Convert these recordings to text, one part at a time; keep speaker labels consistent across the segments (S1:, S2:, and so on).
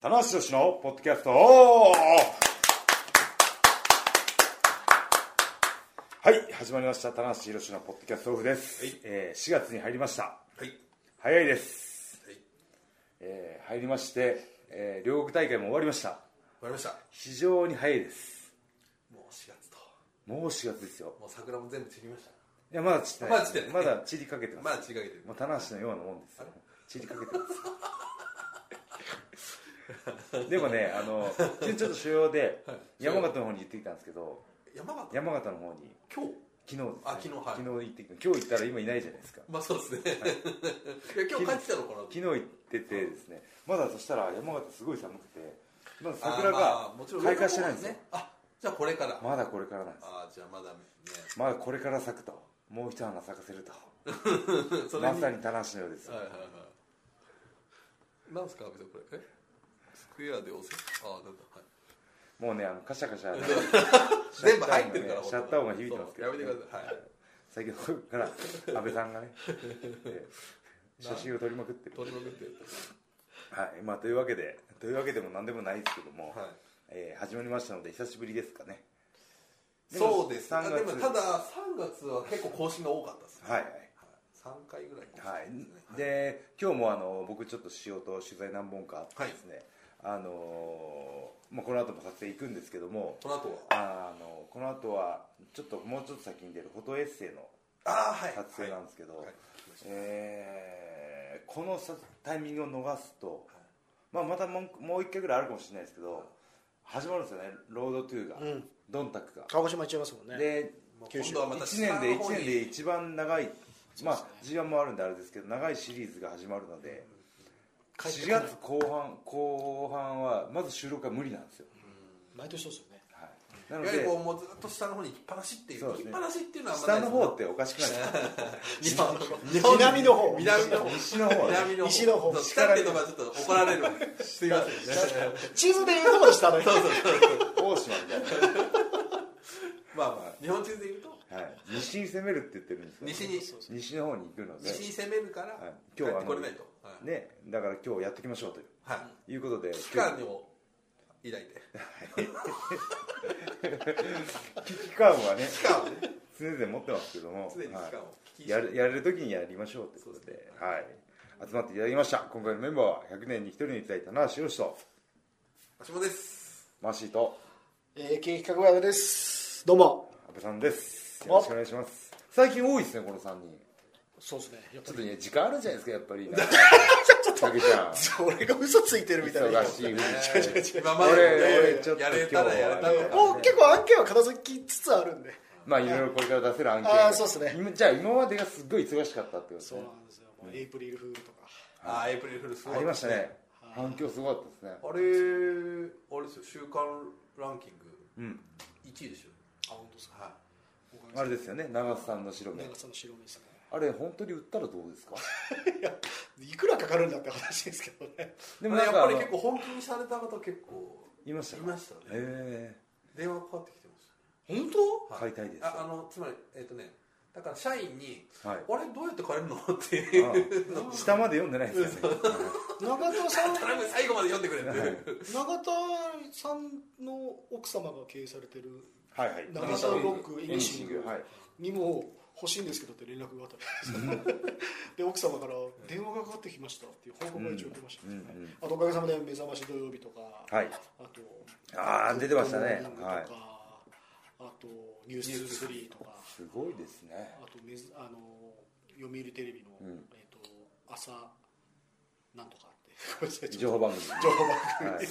S1: 棚橋宏のポッドキャストオフはい始まりました棚橋宏のポッドキャストオフです、
S2: はい
S1: えー4月に入りました
S2: はい。
S1: 早いです、
S2: はい。
S1: えー入りまして、えー両国大会も終わりました
S2: 終わりました。
S1: 非常に早いです
S2: もう4月と。
S1: もう4月ですよ
S2: もう桜も全部散りまし
S1: いやまだ散ってない
S2: まだ散ってない
S1: まだ散りかけて
S2: た。
S1: ます
S2: まだ散りかけてる。
S1: もう棚橋のようなもんですよ散りかけてますでもねあのちょっと所要で山形の方に行ってきたんですけど
S2: 山形
S1: 山形の方に
S2: 今日
S1: 昨日です、ね、
S2: あ昨日はい
S1: 昨日行ってきた今日行ったら今いないじゃないですか
S2: まあそうですね。い、や今日帰ってきたのかな
S1: 昨日行っててですねまだそしたら山形すごい寒くてまだ
S2: あ
S1: 桜
S2: ま
S1: が
S2: あもちろん
S1: 開花してないんですよ
S2: ね。あ、じゃあこれから。あ
S1: まだこれからなんです
S2: あー、じゃあまだね。
S1: まだこれから咲くともう一花咲かせると
S2: それ
S1: ま
S2: に。
S1: さに棚橋のようです
S2: はいはいはい。なんですか、阿部さんこれ。えスクエアで押せ。ああ、なんだ。はい。
S1: もうねあのカシャカシャ
S2: 全部入ってるから。
S1: シャッター音が響いてますけど
S2: そうやめてください。はい。
S1: 先ほどから安倍さ んがねえー写真を撮りまくってる
S2: 取りまくってる。
S1: はいまあというわけでというわけでも何でもないですけども、
S2: はい。
S1: えー始まりましたので久しぶりですかねでも
S2: そうですね。
S1: 3
S2: で
S1: 月
S2: もただ3月は結構更新が多かったですね。
S1: はい
S2: 三回ぐらい更新
S1: はい、
S2: ですね。
S1: で今日もあの僕ちょっと塩と取材何本かあってですね、あのーまあ、この後も撮影行くんですけども
S2: この後は。
S1: あのこの後はちょっともうちょっと先に出るフォトエッセイの
S2: ああはい。
S1: 撮影なん
S2: で
S1: ですけど、
S2: す
S1: えーこのさタイミングを逃すと、まあ、またもうもう一回ぐらいあるかもしれないですけど始まるんですよねロードトゥーが、
S3: うん
S1: ドンタクが、
S3: 鹿児島行っちゃいますもんね
S1: で
S3: 九州
S2: 今度はまた
S1: 1年で
S2: 下
S1: 1
S2: の方に
S1: 年で一番長い、まあ G1 もあるんであれですけど長いシリーズが始まるので
S3: 帰って
S1: 4
S3: こない
S1: 月後半後半はまず収録が無理なんですよ、
S3: 毎年そうですよね
S1: はい、ないの
S2: わゆるこ
S1: で
S2: うもうずっと下の方に行きっぱなしっていう
S1: そうで
S2: 行き
S1: す
S2: っ
S1: ね
S2: ぱなしっていうのはあん
S1: 下
S2: ま
S1: の方
S2: な
S1: っておかしくないですか
S2: いですね日本
S3: 南の方
S2: 南の方
S1: 西の方
S2: 南の方
S3: 西の方
S2: そう下っていうのがちょっと怒られるわけすいませんね
S3: 地図で言うとこでしたね
S1: 大島みたい
S2: まあまあ日本地図で言うと
S1: な、はい、西に攻めるって言ってるんですよ
S2: 西に
S1: 西の方に行くので
S2: 西に攻めるから
S1: はい
S2: 帰っ
S1: 今日は
S2: てこれないとはい
S1: ね、だから今日やっていきましょうとい
S2: はいう
S1: いうことで
S2: 期
S1: 今
S2: 間を抱いて
S1: 日危機感はね
S2: 期間をね
S1: 常々持ってますけども
S2: 常に期間
S1: は
S2: を
S1: い、やるやれる時にやりましょうということで
S2: そうです
S1: はい、集まっていただきました今回のメンバーは100年に1人にいただいたなしろしと
S2: 橋本です
S1: マーシーと
S3: えー、経営企画部ですどうも
S1: 阿部さんです
S3: お
S1: よろしくお願いします最近多いですねこの3人
S3: そうですねやっ
S1: ちょっ
S3: ぱり
S1: とね時間あるじゃないですかやっぱ りちょっとけちゃん
S3: 俺が嘘ついてるみたいな
S1: 忙しい
S3: も
S1: ね
S2: 今ま
S1: 俺
S2: で
S1: 俺ちょっと
S2: や
S1: 今日
S2: れたらやれたのか
S3: う結構案件は片付きつつあるんで
S1: まあいろいろこれから出せる案件
S3: あーそうっすね
S1: 今じゃあ今までがすっごい忙しかったってことです
S3: そう
S1: ね
S3: なんですよもうエイプリルフールとか
S2: あーエイプリルフールすごい
S1: ありましたね反響すごかったですね
S2: あれあれですよ週間ランキング
S1: うん
S2: 1位でし
S3: あ本当です
S2: ょはい
S1: あれですよね長瀬さんの白目
S3: 長さの白目ですね
S1: あれ本当に売ったらどうですか
S3: いくらかかるんだって話ですけどね
S1: で
S2: やっぱり
S1: あの
S2: 結構本気にされた方結構
S1: いました
S2: い
S1: か
S2: ましたね
S1: へ
S2: 電話かかってきてまし
S3: 本当
S2: た、
S1: 買いたいです
S2: ああのつまりえっ、とねだから社員に
S1: えは
S2: 「あ
S1: い
S2: れどうやって買える の?」って
S1: あ
S2: いう
S1: ー下まで読んでないですよね
S3: 長田さ ん
S2: 頼む最後まで読んでくれっていう
S3: 長田さんの奥様が経営されてる
S1: はいはい
S3: 長
S2: 田
S3: 澤ロックイ
S1: エ
S3: ニ
S1: ニ
S3: シ
S1: シ
S3: ン
S1: ン
S3: グ
S1: グはい
S3: にも欲しいんですけどって連絡があったんですで奥様から電話がかかってきましたっていう報告が一応受けました、
S1: うんうん
S3: あとおかげさまで目覚まし土曜日とか、
S1: はい
S3: あと
S1: ああ出てましたね
S3: グッドモーニン
S1: は
S3: グと
S1: い
S3: かあとニュース3とか
S1: すごいですね
S3: あとめずあの読売テレビの、
S1: うん
S3: えっ、と朝なんとかってごめんなさいちょ
S1: 情報番組
S3: っと情報番
S1: はい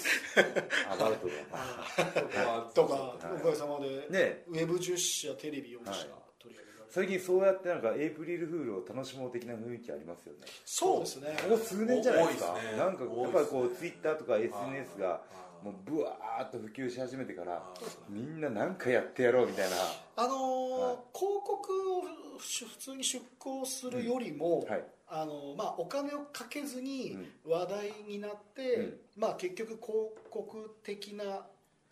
S1: アバウト
S3: 組とか、
S1: はい
S3: おかげさま
S1: が
S3: で、
S1: ね
S3: ウェブ10社テレビ4社、
S1: はい
S3: 取り上げられて
S1: 最近そうやってなんかエイプリルフールを楽しもう的な雰囲気ありますよね
S3: そうですね
S1: ここ数年じゃないですか
S2: 多いですね
S1: なんかやっぱりこ
S2: 多いで
S1: う
S2: すね
S1: ツイッターとか SNS が
S2: あー
S1: もうブワーっと普及し始めてから
S2: あ
S1: みんななんかやってやろうみたいな
S3: あのー
S1: はい
S3: 広告をし普通に出稿するよりも、
S1: はい
S3: あのーまあ、お金をかけずに話題になって、
S1: うん
S3: まあ、結局広告的な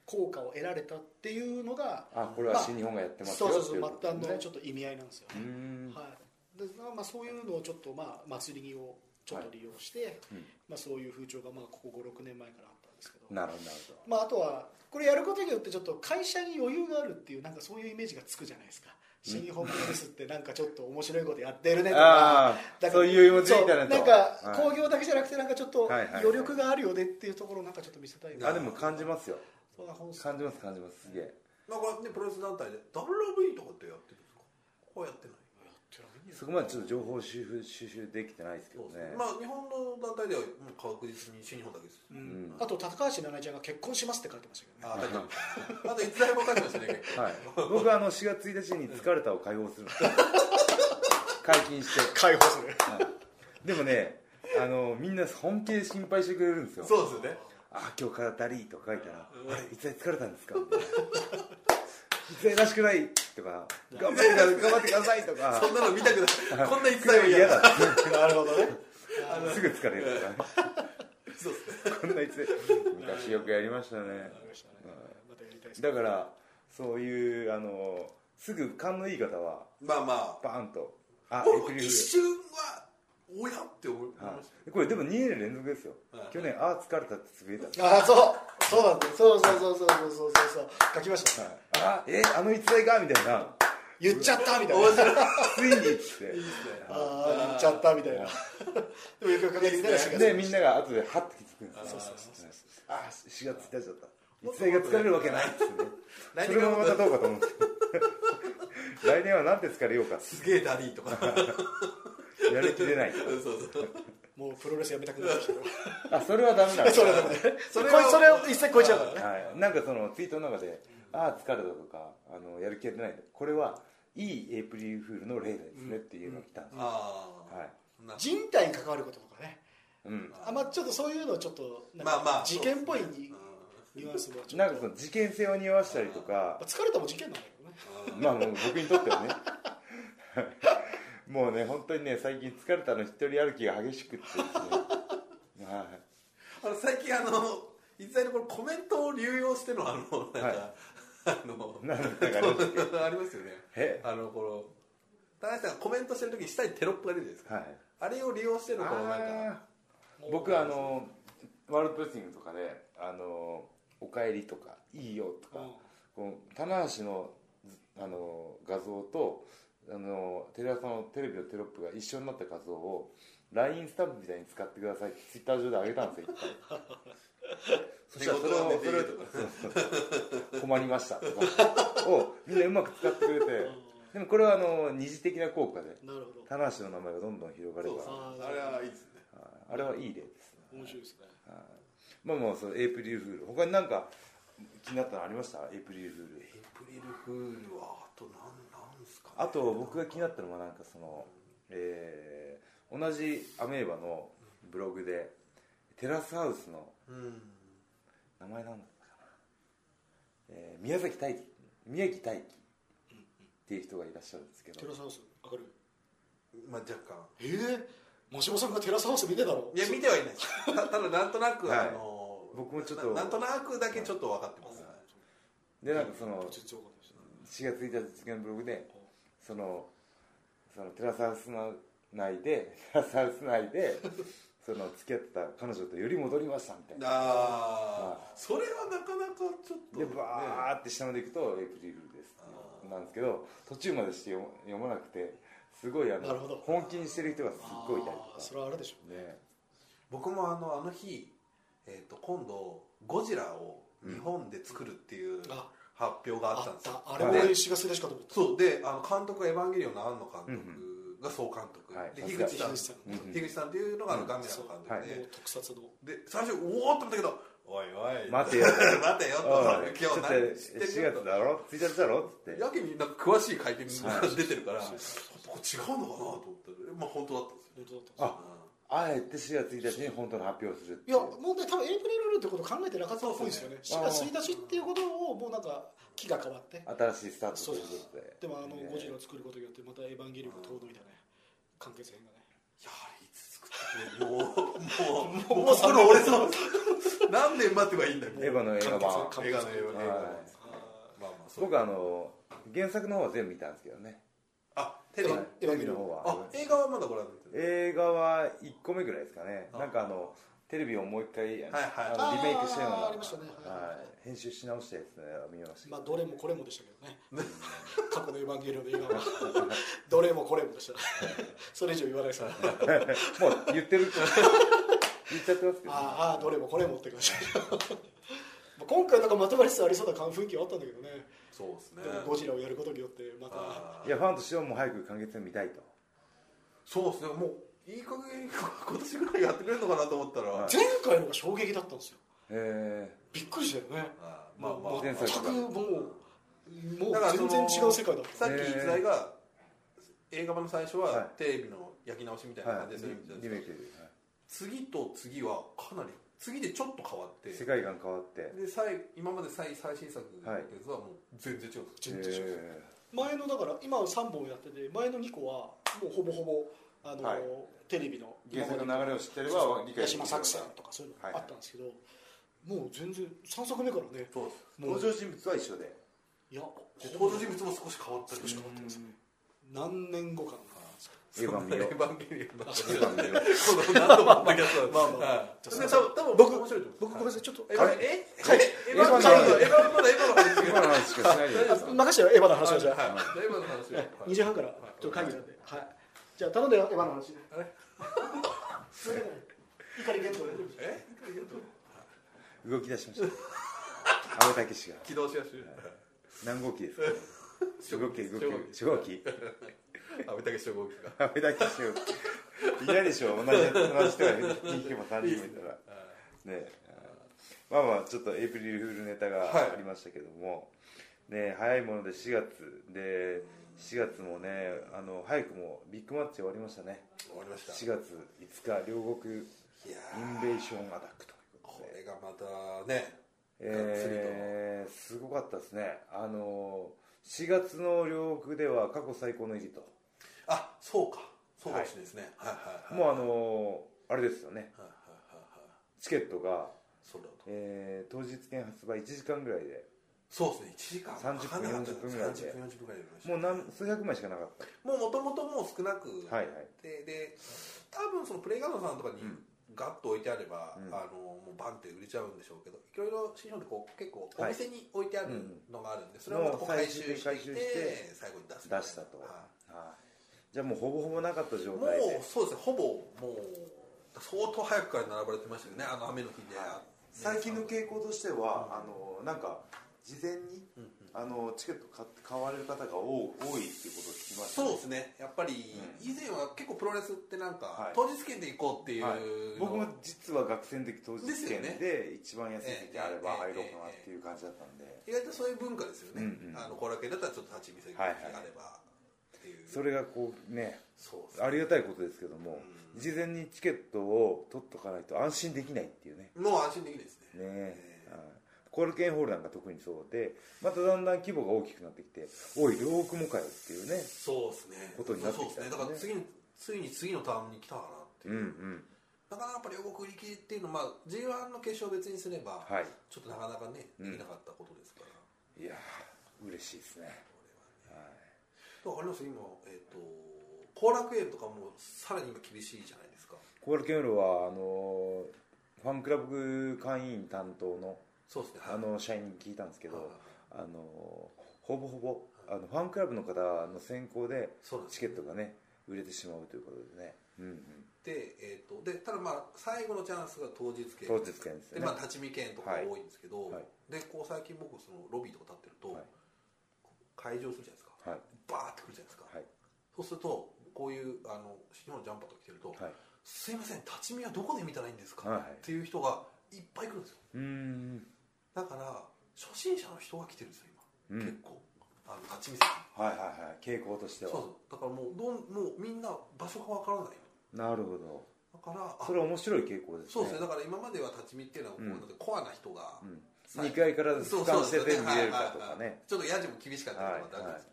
S3: 効果を得られたっていうのが、
S1: あこれは新日本がやってますよ
S3: そうそうそう末
S1: っていこ
S3: 端
S1: と
S3: の
S1: ね
S3: ちょっと意味合いなんですよ
S1: うー
S3: ね、
S1: ん
S3: はいでまあ、そういうのをちょっと、まあ、祭り着をちょっと利用して、
S1: うん
S3: まあ、そういう風潮がまあここ56年前からあったんですけど、
S1: なるほどなるほ
S3: まあ、あとはこれやることによってちょっと会社に余裕があるっていうなんかそういうイメージがつくじゃないですか新日本プロレスってなんかちょっと面白いことやってるねと
S1: ど
S3: か
S1: ああ
S3: だから
S1: そういう意味もついた
S3: そ
S1: ねと
S3: うなん
S1: は
S3: か
S1: い
S3: 興行だけじゃなくてなんかちょっと
S1: はいはいはい
S3: 余力があるよねっていうところをなんかちょっと見せたい
S1: あでも感じますよ
S3: そんな本数
S1: 感じます感じますすげえ
S2: なんかねプロレス団体で WB とかってやってるんですかここはやってない
S1: そこまでちょっと情報収集収集できてないですけ
S2: そ
S1: ど
S2: うですね
S1: ね
S2: まあ日本の団体ではもう確実に新日本だけです
S3: うんあと高橋奈々江ちゃんが結婚しますって書いてましたけどね
S2: ああ大丈夫あと逸材も書いてましたね結構
S1: はい、僕はあの4月1日に「疲れた」を解放するん です解禁して
S3: 解放する
S1: でもねあのみんな本気で心配してくれるんですよ
S2: そうですよね
S1: あ今日からだりーとか書いたら「あれいつだい疲れたんですか?」みたいな「いつだいらしくない」とか「頑張ってくだ頑張ってください」とか
S2: そんなの見たくないこんな逸
S1: す
S2: 材は
S1: ぐ嫌
S2: 嫌 だ
S1: だ
S3: なるほどね
S1: すぐ疲れるとか
S2: そうですね
S1: こんないつ昔よくやりましたね
S3: わかりましたねまたやりたいですね
S1: だからそういうあのすぐ勘のいい方は
S2: まあまあ
S1: バーンとあエ
S2: も
S1: ク
S2: う
S1: リル
S2: 一瞬はおやって思いま
S1: は
S2: し
S1: い、これでも2年連続ですよ、
S2: はい
S1: 去年「ああ疲れた」ってつぶやいたんです
S3: ああそうそうなんだそうそうそうそうそうそうそう書きました、ね
S1: あえあの逸材がみたいな
S3: 言っちゃったみ
S2: た
S3: たい
S2: 面
S3: な
S2: 白い
S1: ついにっつ
S2: いいで
S1: っ
S2: すね
S3: ああ言っちゃったみたいな でもよくよく考えてみたら
S1: て
S3: 4
S1: で
S3: 月
S1: みんなが後でハッと気づくんですよ
S3: そうそうそうそう
S1: ああ4月1日だった逸材が疲れるわけないっつってね
S2: 来
S1: そ
S2: 年
S1: れ
S2: が
S1: も
S2: ま
S1: ま
S2: た
S1: たどうかと思って来年はなんて疲れようか
S2: すげえダリーとか
S1: やる気出 ない
S2: そうそう
S3: もうプロレスやめたくなってき た
S1: あそれはダメなんだ
S3: それだね
S2: そ
S3: それ
S2: れ
S3: こ
S2: はい
S3: それを一切超えちゃうからね
S1: はい、なんかそのツイートの中で「ああ疲れた」とかあの「やる気が出ない」これはいいエイプリルフールの例ですねっていうのが来たんですよ、
S2: ああ
S1: はい
S2: な
S3: 人体に関わることとかね
S1: うん、
S3: あまあちょっとそういうのをちょっとなんか
S2: まあまあ
S3: 事件っぽい
S2: うん
S3: ニュアンスもちょっと
S1: なんかその事件性を匂わしたりとか
S3: まあ、疲れたも事件なんだけどね
S1: まあもう僕にとってはねもうね本当にね最近疲れたの一人歩きが激しくってですねは
S2: あの最近あの逸材のこのコメントを流用してのあのなんか、
S1: は
S2: あの
S1: いなんかあれですけど
S2: ありますよね
S1: え
S2: あのこの田中さんがコメントしてる時に下にテロップが出るじゃないですか
S1: はい
S2: あれを利用してのこのなんか
S1: あー僕あのワールドプロレスリングとかで「あのおかえり」とか「いいよ」とか、
S3: うん
S1: こう棚橋のあの画像とあのテレ朝のテレビのテロップが一緒になった画像を LINE スタンプみたいに使ってくださいってツイッター上で上げたんですよ一回そしたらそれを
S2: 寝
S1: そ
S2: 言
S1: れ
S2: は
S1: を
S2: 寝ていい
S1: 困りましたとかをみんなうまく使ってくれてでもこれはあの二次的な効果で
S3: なるほど
S1: 棚橋の名前がどんどん広がれ
S2: そう
S1: ば
S2: そう
S1: あ
S2: あれはいいですね
S1: あれはいい例です
S3: 面白いですね
S1: まあまあそうエイプリルフール他になんか気になったのありましたエイプリルフール
S2: エイプリルフールはあとなんなんですか、ね、
S1: あと僕が気になったのはなんかその、えー同じアメーバのブログでテラスハウスの
S2: うん
S1: 名前なんだったかな、えー宮崎大輝宮城大輝っていう人がいらっしゃるんですけ
S3: テ
S1: ど
S3: ラスハウスわかる
S2: まあ若干
S3: ええ真島さんがテラスハウス見てたろ
S2: いや見てはいないですたただなんとなく、
S1: はい
S2: あの
S1: 僕もちょっと
S2: ななんとなくだけちょっと分かってます、
S1: でなんかその
S3: 全然わかんないです
S1: 4月1日実現ブログでそのそのテラスハウス内でテラスハウス内でその付き合ってた彼女とより戻りましたみたいな
S2: ああそれはなかなかちょっと、
S1: で
S2: ね、
S1: バーって下まで行くと「エイプリルフールです」っていうなんですけど途中までして読読まなくてすごいあ
S3: なるほど
S1: の本気にしてる人がすっごいいたり
S3: あー
S1: と
S3: そ
S1: か
S3: れはあれでしょうね
S1: ね
S2: 僕もあのあの日、えー、と今度ゴジラを日本で作るっていう発
S3: あ
S2: 表があった
S3: あ
S2: ん
S3: っ
S2: ですよ、
S3: たあれも俺4月1日かと思った
S2: そうであの監督がエヴァンゲリオンの庵野監督が総監督、
S1: はい
S2: で樋口さん
S3: さすが
S1: うん
S2: 樋口さんっていうのがあのガミラ
S3: そう
S2: の監
S1: は
S2: 督で、
S3: もう特撮の
S2: で最初おおって思ったけど「おいおい
S1: 待てよ
S2: 待てよ」と
S1: おい
S2: 「
S1: ちょっ
S2: 今日
S1: と
S2: 何知って
S1: 4
S2: る
S1: 月
S2: よ
S1: だろ1日だろ」っつ」って
S2: やけになんか詳しい会見
S1: は
S2: が出てるから、ここ違うのかなと思ったらまあ本当だったんですよ
S3: 本当だったんですよ
S1: ああえて4月1日に本当の発表をするって
S3: い
S1: い
S3: や、
S1: う
S3: もうね、多分エイプリルフールってことを考えてなかったっぽいですよね。
S1: そう
S3: 4
S1: です
S3: 月
S1: ね
S3: 1日っていうことを、もうなんか、気が変わって。
S1: 新しいスタート
S3: そ
S1: とい
S3: うで
S1: う
S3: す
S1: ことで。
S3: でも、あの、
S1: ね
S3: ゴジラを作ることによって、またエヴァンゲリオンが遠のいたね。完結編がね。
S2: いやあれいつ作ってももうもう
S3: もう
S2: もうこれ俺の何年待てばいいんだみた
S1: エ
S2: い
S1: ヴ
S2: な
S1: ァの映画
S3: 完
S1: 版
S3: 結
S2: 映画の映画の映画の
S1: はい
S2: まあまあそう
S1: 僕あの原作の方は全部見たんですけどね
S2: ああテ
S1: テ
S2: レビ
S3: は
S1: レ
S3: い
S1: ビの方は
S2: あ映画はまだご覧になってる
S1: 映画は1個目ぐらいですかね
S2: あ
S1: なんかあのテレビをもう一回、
S2: はいはい
S1: あのリメイクしたよう
S3: あー
S1: な
S3: ありましたねはいはいはい
S1: はい編集し直したやつ、ね、見ました
S3: まあ
S1: け
S3: どれもこれもでしたけどね 過去の「エヴァンゲリオン」の映画は どれもこれもでした それ以上言わないですから
S1: ど、
S3: あ
S1: もう言ってる言っちゃってますけど、
S3: あああどれもこれもって感じ まあ今回なんかまとまりつつありそうな雰囲気はあったんだけどね
S2: そうですね
S3: でもゴジラをやることによってまた
S2: あ
S1: いやファンとしてはもう早く完結編見たいと
S2: そうですねもういい加減に今年ぐらいやってくれるのかなと思ったら、
S1: はい
S3: 前回のが衝撃だったんですよ
S1: え
S3: びっくりしたよね
S2: あまあまあ
S1: 前
S3: 全
S1: 作
S3: くもうもう
S2: だからそ
S3: 全
S2: の
S3: 然違う世界だっ
S2: さ
S3: た
S2: っき逸材が映画版の最初
S1: はい
S2: はテレビの焼き直しみた
S1: ー
S2: いな
S1: は
S2: 感
S1: い
S2: じでするみたいな、
S1: リメイクで、は
S2: 次と次はかなり次でちょっと変わって
S1: い世界観変わって
S2: で最今まで最最新作のやつはもう全然違うんです
S3: 全然違う
S1: え
S3: 前のだから今3本やってて前の2個はもうほぼほぼあの、
S1: はい
S3: テレビの
S1: ー原作
S3: 今ま
S1: の流れを知ってれ
S3: で
S1: ば理解で
S3: 八
S1: きる
S3: 嶋作さんとかそういうの
S1: はい
S3: があったんですけど、もう全然3作目からね
S2: そう
S3: もう
S1: 登場人物は一緒で
S3: いや
S2: です登場人物も少し変わった
S3: 少し変わってますね何年後かな
S1: エヴァ見よう
S2: エヴァンゲリオンの話
S1: エヴァ見よう
S2: この何度もポッドキャストなんです
S3: まあまあ
S2: はい
S3: じ
S2: で
S3: ゃあ
S2: 多分多分
S3: 僕
S2: 面白いと
S3: 僕ごめん
S2: 思
S3: なさいちょっと
S2: う
S1: はい
S2: はいええエ
S1: エヴ
S2: ヴァ
S1: ァ
S2: ン
S1: ン
S2: ゲリオン
S1: はい
S2: エヴァンまだエヴァンの話ですけど
S1: 今の話しかしないでいい ですか
S3: あ任せてよエヴァの話をじゃあ
S2: はいじゃあエヴァの話を
S3: 2時半からちょっと会議なんで、はいじゃあ頼んだよエヴァの話
S2: あれ
S3: それでも怒りゲットで
S2: え
S1: 動き出しました阿部武史が
S2: 起動しやすい
S1: 何号機ですかね初号機動き初号機
S2: 阿部武史初号機が
S1: 阿部武史をいないでしょ同じ同じ人が2匹も3人もいたらねえまあまあちょっとエイプリルフールネタがありましたけども、ねえ早いもので4月で4月もねあの早くもビッグマッチ終わりましたね
S2: 終わりました
S1: 4月5日両国イ
S2: いや
S1: ンベーションアタックということ
S2: こ
S1: で
S2: れがまたね
S1: えー、すごかったですね、あの4月の両国では過去最高の入りと、
S2: あそうかそうかもしれないですねはいはいはい
S1: もうあのあれですよね、
S2: はいはいはいはい
S1: チケットが、
S2: そうだと
S1: えー当日券発売1時間ぐらいで、
S2: そうですね1時間
S1: 30分
S2: かなり
S1: 40分ぐらいで
S2: 30分40分ぐらいで
S1: もう何数百枚しかなかっ
S2: もうもともともう少なく
S1: た、はいはい、
S2: でで多分そのプレイガードさんとかに
S1: うん
S2: ガッと置いてあれば、
S1: うん
S2: あのもうバンって売れちゃうんでしょうけどいろいろ新日本でこう結構お
S1: はい
S2: 店に置いてあるのがあるんで、それをまたこう
S1: の
S2: 回収してきて
S1: 回収して
S2: 最後に出すみいな
S1: 出したと、
S2: は
S1: はい、じゃあもうほぼほぼなかった状
S2: いも
S1: 態で
S2: う、そうですねほぼもう相当早くから並ばれてましたよねあの雨の日で、
S1: 最近の傾向としては、あのなんか、事前に
S2: うんうん
S1: あのチケット買って買われる方が多多いっていうことを聞きました、
S2: そうですねやっぱり
S1: う
S2: 以前は結構プロレスってなんか、
S1: はい
S2: 当日券で行こうっていうの、
S1: はい僕も実は学生の時当日
S2: ですよ
S1: 券
S2: ね
S1: で一番安い席あれば
S2: ええ
S1: 入ろう
S2: ええ
S1: かなっていう感じだったんで
S2: 意外とそういう文化ですよね、
S1: うんうん
S2: あの後楽園だったらちょっと立ち見せる機
S1: はいは
S2: 会
S1: い
S2: があればっていう、
S1: それがこうね
S2: そうですね
S1: ありがたいことですけども
S2: うん
S1: 事前にチケットを取っとかないと安心できないっていうね
S2: もう安心できないですね
S1: ね
S2: ええ
S1: はいコールケンホールなんか特にそうでまただんだん規模が大きくなってきておい両国もかよっていうね
S2: そうですね
S1: ことになってきた
S2: そうですねだから次についに次のターンに来たかなって
S1: う
S2: い
S1: んう
S2: う、
S1: ん
S2: なかなかやっぱり両国売り切りっていうのは、まあ、g 1の決勝を別にすれば、
S1: は
S2: ちょっとなかなかね
S1: うん
S2: できなかったことですから、
S1: いいやー嬉しいですね
S2: だからあれなんですよ今えっ、と後楽園とかもさらに今厳しいじゃないですか
S1: コールケンホールはあのーファンクラブ会員担当の
S2: そうですねはい
S1: あの社員に聞いたんですけ
S2: はい
S1: どあのほぼほぼあのファンクラブの方の選考で
S2: そうなんです
S1: チケットがね売れてしまうということでね、うんうん、
S2: で,、えー、とでただまあ最後のチャンスが当日券
S1: 当日券です
S2: で
S1: よね
S2: まあ、立ち見券とかが多いんですけ
S1: は
S2: ど、
S1: いはい
S2: でこう最近僕そのロビーとか立ってると、
S1: はい
S2: 会場するじゃないですか
S1: はい
S2: バーってくるじゃないですか、
S1: はい
S2: そうするとこういうあの日本のジャンパーとか着てると、
S1: はい
S2: すいません立ち見はどこで見たらいいんですか、
S1: はい
S2: っていう人がいっぱい来るんですよ
S1: うーん
S2: だから初心者の人が来てるんですよ
S1: うん
S2: 今、結構あの立ち見席
S1: はいはいはい傾向として
S2: そ
S1: は
S2: うそうだからもうどんもうみんな場所がわからない
S1: なるほど
S2: だからあ
S1: それは面白い傾向ですね
S2: そうですねだから今までは立ち見っていうのはこ
S1: う
S2: う
S1: ん
S2: なんてコアな人が、
S1: うん
S2: さい
S1: 2階から
S2: そ
S1: 俯
S2: うそう
S1: 瞰
S2: で
S1: して
S2: す
S1: 全
S2: よね
S1: 部見れるかと
S2: は
S1: か
S2: いはいはい
S1: ね
S2: ちょっと家賃も厳しかったりとかってあるんですよ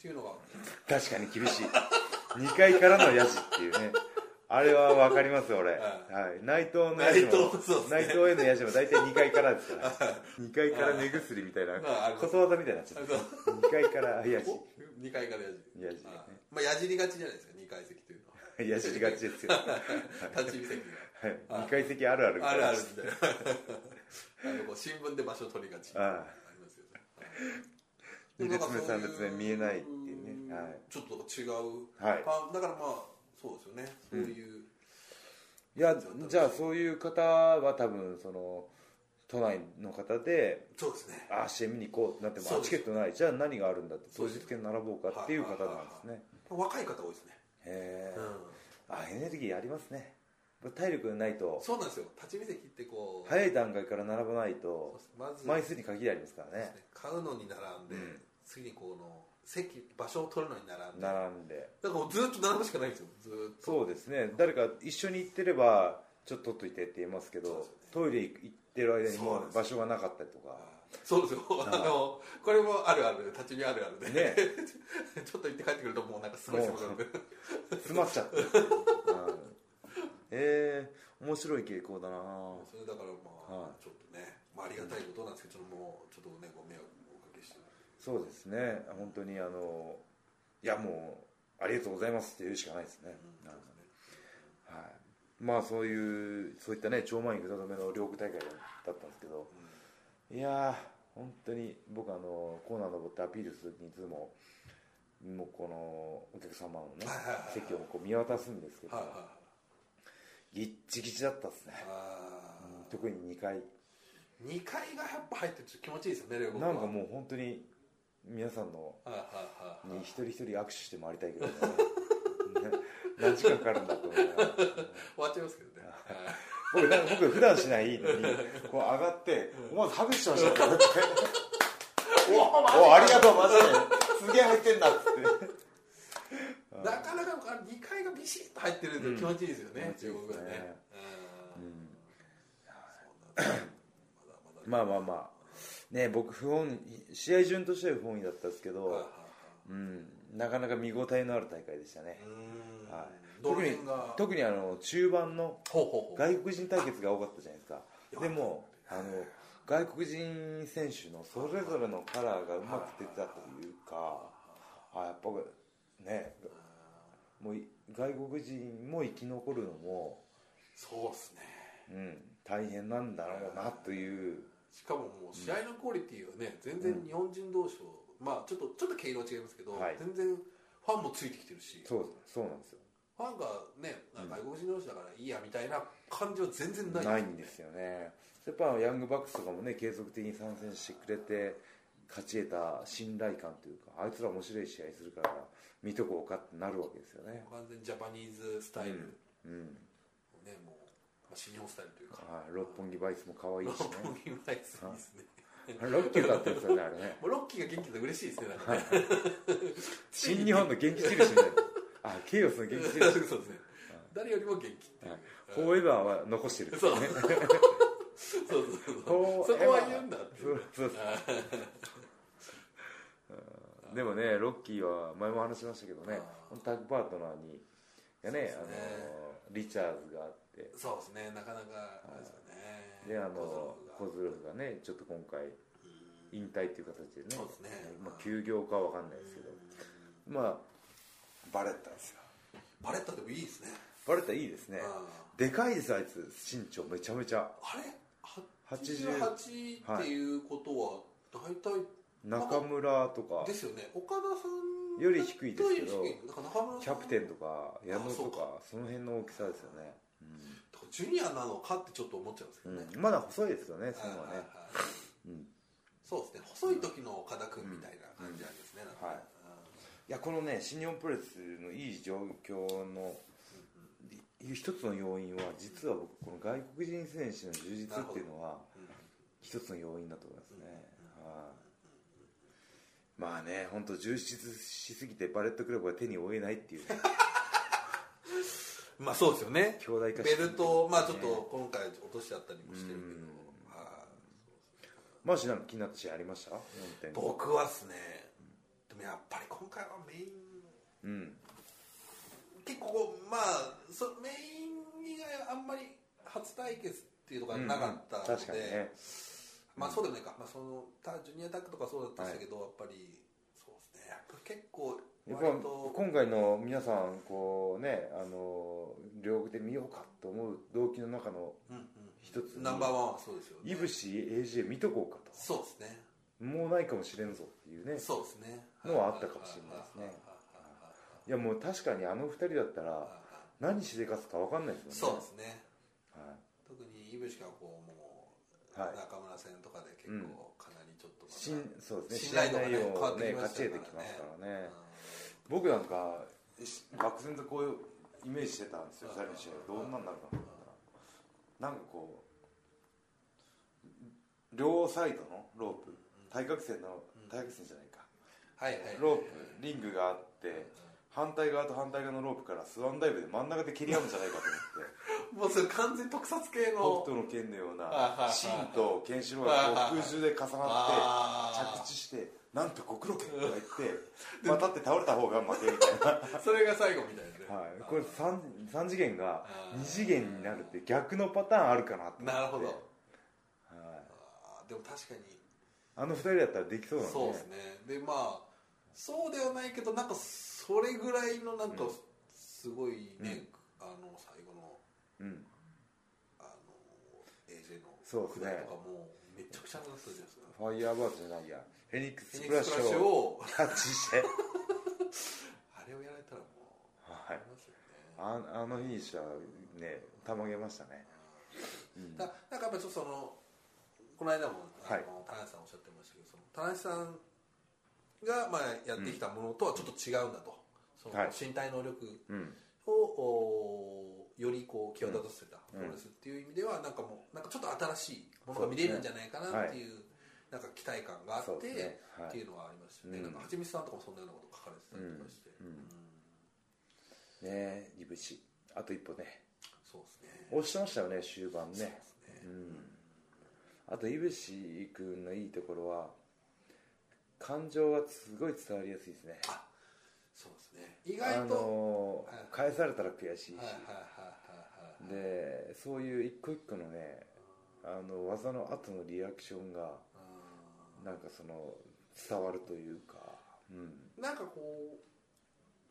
S2: っていうのが
S1: 確かに厳しい2階からのヤジっていうねあれは分かります俺、はい、内藤のやじも
S2: 内藤そうですね
S1: 内藤へのやじも大体2階からですから2階から目薬みたいな
S2: まああります
S1: ことわざみたいになっちゃっ
S2: あ そう
S1: た2階からやじ
S2: 2階からやじる
S1: やじね
S2: あーまあやじりがちじゃないですか2階席というのは
S1: やじりがちですよ、は
S2: 立ち見席
S1: い、2階席あるあるみ
S2: が
S1: たい
S2: ある
S1: な
S2: ある みたいなあのこう新聞で場所取りがち
S1: あ
S2: ありますよね
S1: 二列目
S2: でもな
S1: 三
S2: んか
S1: 列
S2: そうい
S1: 目見えないっていうねはい
S2: ちょっと違う、
S1: はい
S2: あだからまあそうですよねそういう、
S1: いやじゃあそういう方は多分その都内の方で
S2: そうですね
S1: ああ試合見に行こうってなっても
S2: そう
S1: あ
S2: です
S1: チケットないじゃあ何があるんだって
S2: そ
S1: 当
S2: うで
S1: 日
S2: す
S1: 券並ぼうかっていう方なんですね
S2: 若い方多いですね、
S1: へえ
S2: うん、
S1: あエネルギーありますね体力がないと
S2: そうなんですよ立ち見席ってこう、
S1: 早い段階から並ばないと
S2: そうですまず
S1: 枚数に限りありますからね
S2: 買うのに並んで、
S1: うん
S2: 次にこの席場所を取るのに並んでだか
S1: 並んで
S2: らもうずっと並ぶしかないんですよずっと
S1: そうですね誰か一緒に行ってればちょっと取っといてって言えますけ
S2: そうで
S1: ど
S2: すよね
S1: トイレ行ってる間に
S2: そう
S1: も
S2: なんで
S1: う
S2: すよ
S1: 場所がなかったりとか
S2: そうですよあのこれもあるある立ち見あるあるで、
S1: ね
S2: ちょっと行って帰ってくるともうなんかすごい狭くなって
S1: 詰まっちゃってうんえー、面白い傾向だな
S2: それだからまあ、
S1: はい
S2: ちょっとね、まあ、ありがたいことなんですけどちょっともうちょっとねご迷惑をおかけして
S1: そうですね本当にあのいやもうありがとうございますって言うしかないですね、
S2: う
S1: うん
S2: んそうですね
S1: はい、まあそういうそういったね超満員札止めの両国大会だったんですけどいやー本当に僕あのコーナー登ってアピールする時にいつももうこのお客様のね
S2: はいはいはいはい
S1: 席をこう見渡すんですけど
S2: はいは
S1: ギッチギチだったですね
S2: いあー
S1: 特に2階
S2: 二階がやっぱ入ってると気持ちいいですよね両国
S1: な
S2: は
S1: んかもう本当に皆さんの
S2: はいはいはい
S1: に
S2: はい
S1: 一人一人握手して回りたいけどね ね何時間かかるんだと思いながら
S2: 終わっちゃいますけどねはい
S1: 僕なんか僕普段しないのにこう上がって思わず拍手しましたよおおありがとうマジですげえ入ってんだっつって
S2: なかなかあの2階がビシッと入ってると気持ちいいですよね、
S1: うん
S2: 中国はね。
S1: う
S2: うん
S1: ん
S2: そうなんですよまだま
S1: まあ
S2: だ
S1: まあまあね僕不本意試合順としては不本意だったんですけ
S2: はいはい
S1: ど、うん、なかなか見応えのある大会でしたね
S2: はいう、ー
S1: は
S2: んどの
S1: 特に
S2: 辺が
S1: 特にあの中盤の
S2: ほうほうほう
S1: 外国人対決が多かったじゃないですか
S2: あ
S1: でもあの外国人選手のそれぞれのカラーがうまく出てたというかあやっぱねもうい外国人も生き残るのも、
S2: そうですね
S1: うん、大変なんだろうなという
S2: しかももう試合のクオリティはね全然日本人同士を、まあちょっとちょっと毛色は違いますけど、
S1: はい
S2: 全然ファンもついてきてるし
S1: そうそうなんですよ
S2: ファンがねあ外国人同士だからいいやみたいな感じは全然ない
S1: ないんですよねやっぱヤングバックスとかもね継続的に参戦してくれて勝ち得た信頼感というかあいつら面白い試合するから見とこうかってなるわけですよね、
S2: 完全にジャパニーズスタイル、
S1: うん
S2: ねもう、まあ、新日本スタイルというか
S1: はい、六本木バイスも可愛い
S2: 六
S1: しね
S2: 本木バイスいいですね
S1: ロッキーだったんですよねあれ ね
S2: もうロッキーが元気で嬉しいですねなんかね
S1: 新日本の元気印みたいなあケイオスの元気
S2: そう
S1: 印
S2: ですね誰よりも元気っていう、
S1: フォーエバーは残してる
S2: そうそうそうそ
S1: フ
S2: う
S1: ォーエ
S2: そ
S1: バー
S2: こは言うんだって
S1: そう そうそうでもねロッキーは前も話しましたけどね
S2: あ
S1: タッグパートナーにがね
S2: そうですね
S1: あのリチャーズがあって
S2: そうですねなかなかあれですよね
S1: であのコ
S2: 小僧が
S1: ズロフがねちょっと今回引退っていう形でね
S2: そうですね
S1: まあ、休業かは分かんないですけどまあバレッタですよ
S2: バレッタでもいいですね
S1: バレッタいいですね
S2: あ
S1: でかいですあいつ身長めちゃめちゃ
S2: あれ
S1: 80
S2: 88っていうことは大体
S1: 中村とか
S2: ですよね岡田さん
S1: より低いですけど
S2: より低いなんか中村さん
S1: キャプテンとか矢野
S2: そ
S1: と
S2: う
S1: か
S2: か
S1: その辺の大きさですよね、
S2: ジュニアなのかってちょっと思っちゃうんですけ
S1: う
S2: ど
S1: ん
S2: ね、
S1: まだ細いですよねそう
S2: はい
S1: いうの
S2: は
S1: は
S2: いはい
S1: ね、うん、い
S2: そうですね細い時の岡田君みたいな感じなんですね、なんかね
S1: はいやこのね新日本プロレスのいい状況のい一つの要因は実は僕この外国人選手の充実っていうのは
S2: うんうん
S1: 一つの要因だと思いますね、はいまあね本当充実しすぎてバレットクラブが手に負えないっていうね
S2: まあそうですよね
S1: 兄弟化して
S2: ベルトをまあちょっと今回落としちゃったりもしてるけど、はい
S1: マーシーなんか気になった試合ありました4.5
S2: 僕はですねでもやっぱり今回はメイン
S1: うん、
S2: 結構こうまあそメイン以外あんまり初対決っていうのがなかったので、
S1: 確かにね
S2: まあそうでもないか、まあ、そのたジュニアタックとかそうだったんですけど、やっぱりそうですねやっぱ結構
S1: やっぱ
S2: 割と
S1: 今回の皆さんこうねあの両国で見ようかと思う動機の中の
S2: うんうん、
S1: 一つ
S2: ナンバーワンはそうですよね
S1: いぶし AJ 見とこうか
S2: そうですね
S1: ともうないかもしれんぞっていうね
S2: そうですね
S1: のはあったかもしれないですねいやもう確かにあの二人だったら何しでかすか分かんないです
S2: そ
S1: も
S2: うんで
S1: ね
S2: すね
S1: は
S2: 特にイブシがこうもう
S1: はい
S2: 中村戦とかで結構かなりちょっとま
S1: い
S2: だ
S1: しんそうですね
S2: 信頼度がね
S1: 信頼をね
S2: 変
S1: 勝ち得てき
S2: わってきましたか
S1: ま
S2: らね
S1: すからね僕なん
S2: う
S1: かし漠然とこういうイメージしてたんですよ最後の試合どんなんだろうなと思ったらなんかこう両サイドのロープ対角線の対角線じゃないか
S2: んはいはい
S1: ロープリングがあって反対側と反対側のロープからスワンダイブで真ん中で蹴り合うんじゃないかと思って
S2: もうそれ完全特撮系の
S1: 北斗の剣のよう
S2: は
S1: な
S2: いはいは
S1: いシーンとケンシロウがこう空中で重なって
S2: あ
S1: 着地してなんと極力とか言 ってまたって倒れた方が負けみたいな。
S2: ーそれが最後みたいですね
S1: はい、これ 3, 三次元が
S2: あー
S1: 2次元になるって逆のパターンあるかなと思って
S2: なるほど
S1: はい、
S2: あーでも確かに
S1: あの2人だったらできそうなんで
S2: そうですねでまあそうではないけどなんかそれぐらいのなんか
S1: うん
S2: すごいね、あの最後の
S1: うん、
S2: あの AJ の
S1: そうですね
S2: 下りとかもめちゃくちゃなったじゃないですか
S1: ファイヤーバードじゃないやフェニックス
S2: フェニ
S1: ス
S2: ッ
S1: プラッ
S2: クス
S1: シ
S2: プラッシュ
S1: ュを
S2: を
S1: キャッチして、
S2: あれをやられたらもう
S1: は
S2: あ
S1: い
S2: り、ますよね
S1: ああのフィニッシュはねたまげましたね、うん
S2: だなんかやっぱちょっとそのこの間もあの、
S1: はい
S2: 田中さんおっしゃってましたけどその田中さんがまあやってきたものとはちょっと違うんだと、その
S1: はい
S2: 身体能力
S1: うん、
S2: をおーよりこう際立たせたプ
S1: うん
S2: ロレスっていう意味では、なんかもうなんかちょっと新しいものが見れるんじゃないかなっていうなんか期待感があって
S1: そうですねはい
S2: っていうのはありましたよね、
S1: うん
S2: なんかはちみつさんとかもそんなようなこと書かれてたりとかして、
S1: うん
S2: うん
S1: ねえいぶしあと一歩ね
S2: そうですね
S1: 押してましたよね終盤ね
S2: そうです
S1: う
S2: ね、
S1: んあと井渕君のいいところは感情がすごい伝わりやすいですね
S2: あそうですね意
S1: あ
S2: 外と、
S1: のー
S2: はい
S1: 返されたら悔しいし、
S2: はいはいはいはいはいはい
S1: でそういう一個一個のねあの技の後のリアクションが
S2: う
S1: なんかその伝わるというか、うん、
S2: んなんかこう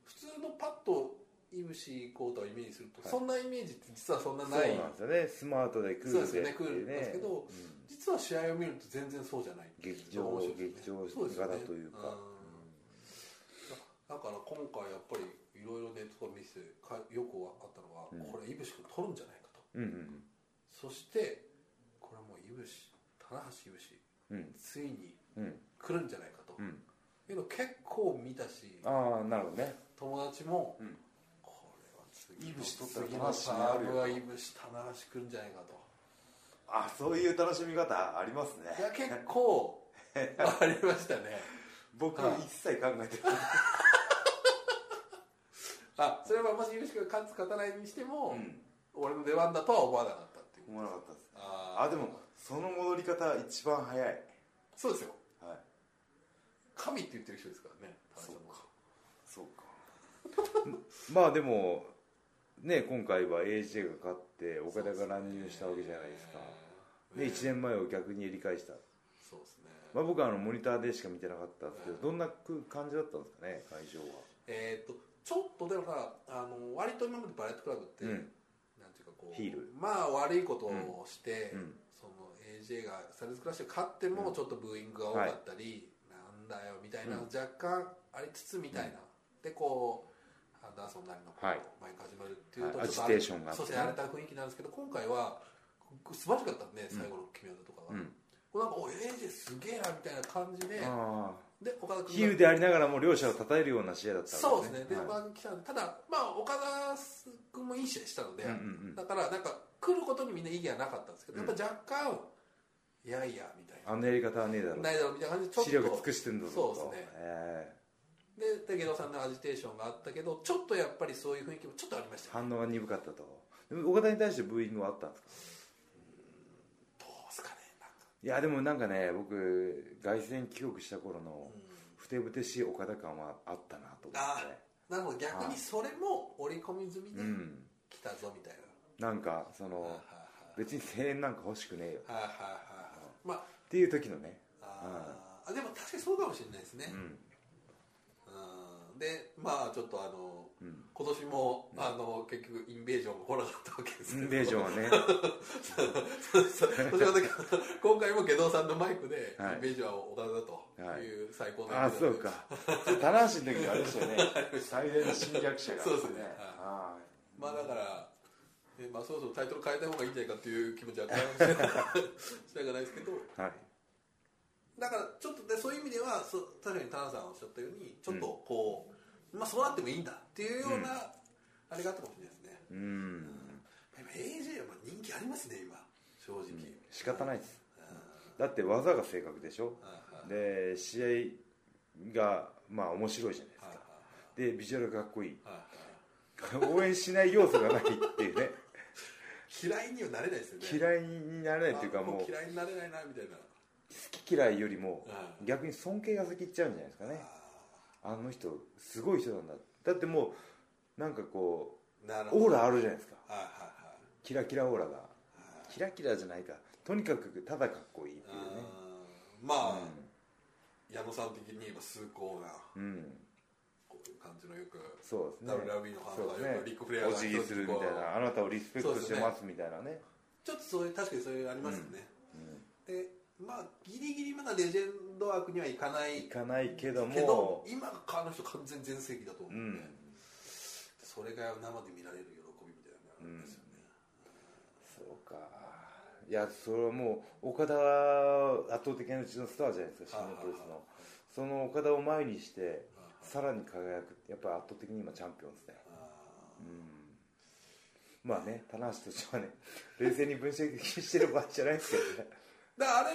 S2: 普通のパッとイブシコートをイメージすると、
S1: はい
S2: そんなイメージって実はそんな
S1: そう
S2: ない
S1: なんですよねスマートでクールでっていう
S2: そうですよねクール
S1: うん
S2: なんですけど実は試合を見ると全然そうじゃない
S1: 劇場
S2: 面白いで
S1: 劇
S2: すね
S1: 場
S2: そですよね
S1: 型というか
S2: んだから今回やっぱりいろいろネットとか見せてかよく分かったのは、
S1: うん
S2: これイブシ君取るんじゃないか
S1: う
S2: と
S1: んうん
S2: そしてこれはもうイブシ棚橋イブシ
S1: うん
S2: ついに
S1: うん
S2: 来るんじゃないかと、
S1: うん
S2: いうの結構見たし
S1: ああなるほどね
S2: 友達も、
S1: うん
S2: これは次の
S1: イブシ取ったら
S2: 次のサ
S1: 棚橋にある
S2: ー
S1: よ
S2: ブはイブシ棚橋来るんじゃないかと。
S1: あそういう楽しみ方ありますね
S2: いや結構ありましたね
S1: 僕
S2: はい
S1: 切考えて
S2: あそれはもし優秀が勝つ勝たないにしても、
S1: うん
S2: 俺の出番だとは思わなかったっていう
S1: 思わなかったです
S2: あー
S1: あでもその戻り方一番早いはい
S2: そうですよ神って言ってる人ですからね
S1: そうかそうか まあでもね今回は AJ が勝って岡田が乱入したわけじゃないですかで1年前を逆に理解した、
S2: そうですね、
S1: まあ、僕はあのモニターでしか見てなかったんですけど
S2: うん
S1: どんなく感じだったんですかね会場は
S2: えっ、とちょっとでもさあの割と今までバレットクラブって、
S1: うん
S2: なんていうかこう
S1: ヒール
S2: まあ悪いことをして、
S1: うん
S2: その AJ がサルズクラッシュで勝ってもちょっとブーイングが多かったり、なんだよみたいな、
S1: うん
S2: 若干ありつつみたいな、でこうアンダーソンなりのこう
S1: はい
S2: マイク始まるっていうと
S1: はい
S2: ちょっと
S1: アジテーションがあって
S2: そ
S1: ね
S2: して荒れた雰囲気なんですけど今回は素晴らしかったね最後の決め技とか
S1: う
S2: が、
S1: ん
S2: こうなんかお AJ すげえなみたいな感じで、
S1: ああ
S2: で岡田君が
S1: ヒールでありながらも両者を称えるような試合だった
S2: そうですね、で
S1: はい
S2: 岡田君来たんで、ただ、まあ、岡田君もいい試合したので、
S1: うんうんうん
S2: だから、なんか、来ることにみんな意義はなかったんですけど、
S1: うん
S2: やっぱ若干、いやいや、みたい
S1: あのやり方はねえだろ
S2: な、ないだろうみたいな感じで、
S1: 視
S2: ちょっ
S1: 力
S2: と、
S1: 尽くしてんだぞと
S2: そうですね
S1: え
S2: で、武田さんのアジテーションがあったけど、ちょっとやっぱりそういう雰囲気もちょっとありまし
S1: え
S2: たね、
S1: 反応が鈍かったとでも岡田に対してブーイングはあったんですか
S2: どうですかね、なんか、
S1: いやでもなんかね僕凱旋帰国した頃の
S2: うん
S1: ふてぶてしい岡田感はあったなと思って
S2: あなので逆にそれも織り込み済みで
S1: うん
S2: 来たぞみたい
S1: なんかそ
S2: な、は
S1: の
S2: あは
S1: 別に声援なんか欲しくねえよ
S2: あはあはあはあはあまあ
S1: っていう時のね
S2: あーあでも確かにそうかもしれないですね
S1: う、ん
S2: うんでまあちょっとあの
S1: うん
S2: 今年も、あの結局インベージョンが来なかったわけです
S1: イ
S2: けど
S1: ンベージョンは ね
S2: そうそうそうだから今回も下道さんのマイクで、
S1: はい
S2: インベージョンは岡田だという最高の
S1: ああ
S2: エピソ
S1: そ
S2: ー
S1: う
S2: ド
S1: か
S2: で
S1: 棚橋の時があれでしたよね最大の侵略者が
S2: そうですね
S1: は
S2: まあだから、えまあ、そろそろタイトル変えた方がいいんじゃないかっていう気持ちはあったりもしなしながらないです けど
S1: いはい
S2: だからちょっとでそういう意味ではそ確かに田中さんがおっしゃったようにちょっとこう、まあそうなってもいいんだっていうような、あれがあったかもしれないですね
S1: うん
S2: でも AJ はまあ人気ありますね今正直、
S1: 仕方ないです
S2: うん
S1: だって技が正確でしょ
S2: はいはい
S1: で試合がまあ面白いじゃないです
S2: はい
S1: かでビジュアルがかっこいい
S2: はいはい
S1: 応援しない要素がないって いうね
S2: 嫌いにはなれないですよね
S1: 嫌いになれないっていうか
S2: あ
S1: もう好
S2: 嫌いになれないなみたいな、
S1: き嫌いよりも
S2: うん
S1: 逆に尊敬が先行っちゃうんじゃないですかねあの人すごい人なんだだってもうなんかこ
S2: なる
S1: う
S2: ほど
S1: オーラあるじゃないですか
S2: はいはい
S1: キラキラオーラが
S2: はい
S1: キラキラじゃないかとにかくただかっこいいっていうね
S2: あーまあ、矢野さん的に言えば崇高な
S1: うん、うん、
S2: こういう感じのよく
S1: そうですね
S2: WWE のファン
S1: そ
S2: が
S1: う
S2: よ
S1: です
S2: くリ
S1: ね
S2: ック・フレアが
S1: お辞儀するみたいなあなたをリスペクトしてますみたいなね
S2: ちょっとそういう確かにそういうありますよね、でまあギリギリまだレジェンド枠にはいかない
S1: いかないけども
S2: けど今あの人完全全盛期だと思う
S1: うん
S2: で、
S1: ん、
S2: それが生で見られる喜びみたいなのがあるんですよね、
S1: そうかいやそれはもう岡田は圧倒的なうちのスターじゃないですか新日本プロレス
S2: は
S1: のその岡田を前にして
S2: はあ
S1: さらに輝くやっぱり圧倒的に今チャンピオンですね
S2: あ
S1: うんまあね棚橋としてはね冷静に分析してる場合じゃないですけどね
S2: ーだからあれ、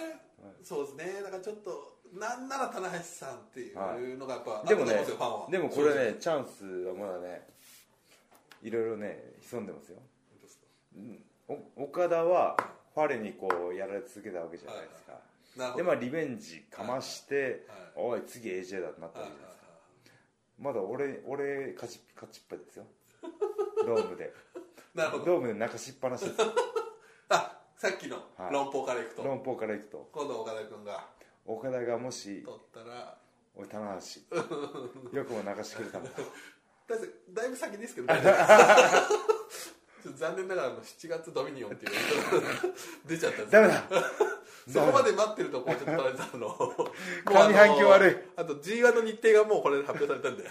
S2: そうですねだからちょっとなんなら棚橋さんっていうのがやっぱ、
S1: でもね
S2: あったと思うんすよファンは
S1: でもこれねチャンスはまだねいろいろね潜んでますよ
S2: 本当ですか
S1: お岡田はファレにこうやられ続けたわけじゃないですか、
S2: なるほ
S1: で
S2: ど
S1: まあリベンジかまして、
S2: はい
S1: おい次 AJ だってなったわけじゃないですか、
S2: はいはいはい
S1: まだ俺俺勝ち勝ちっぱですよドームで
S2: なるほど
S1: ドームで泣かしっぱなしです
S2: あさっきの
S1: はい
S2: 論法からいくと、
S1: 論法からいくと
S2: 今度岡田君が
S1: 岡田がもし
S2: 取ったら
S1: 「おい棚橋よくも泣かしてくれたんだ」
S2: だいぶだいぶ先ですけ どちょっと残念ながらあの7月ドミニオンっていう出ちゃったん
S1: ダ
S2: で
S1: メだ
S2: すそこまで待ってるとこうちょっと捉 えたのもうあの
S1: 上半期悪い
S2: あと G1 の日程がもうこれで発表されたん で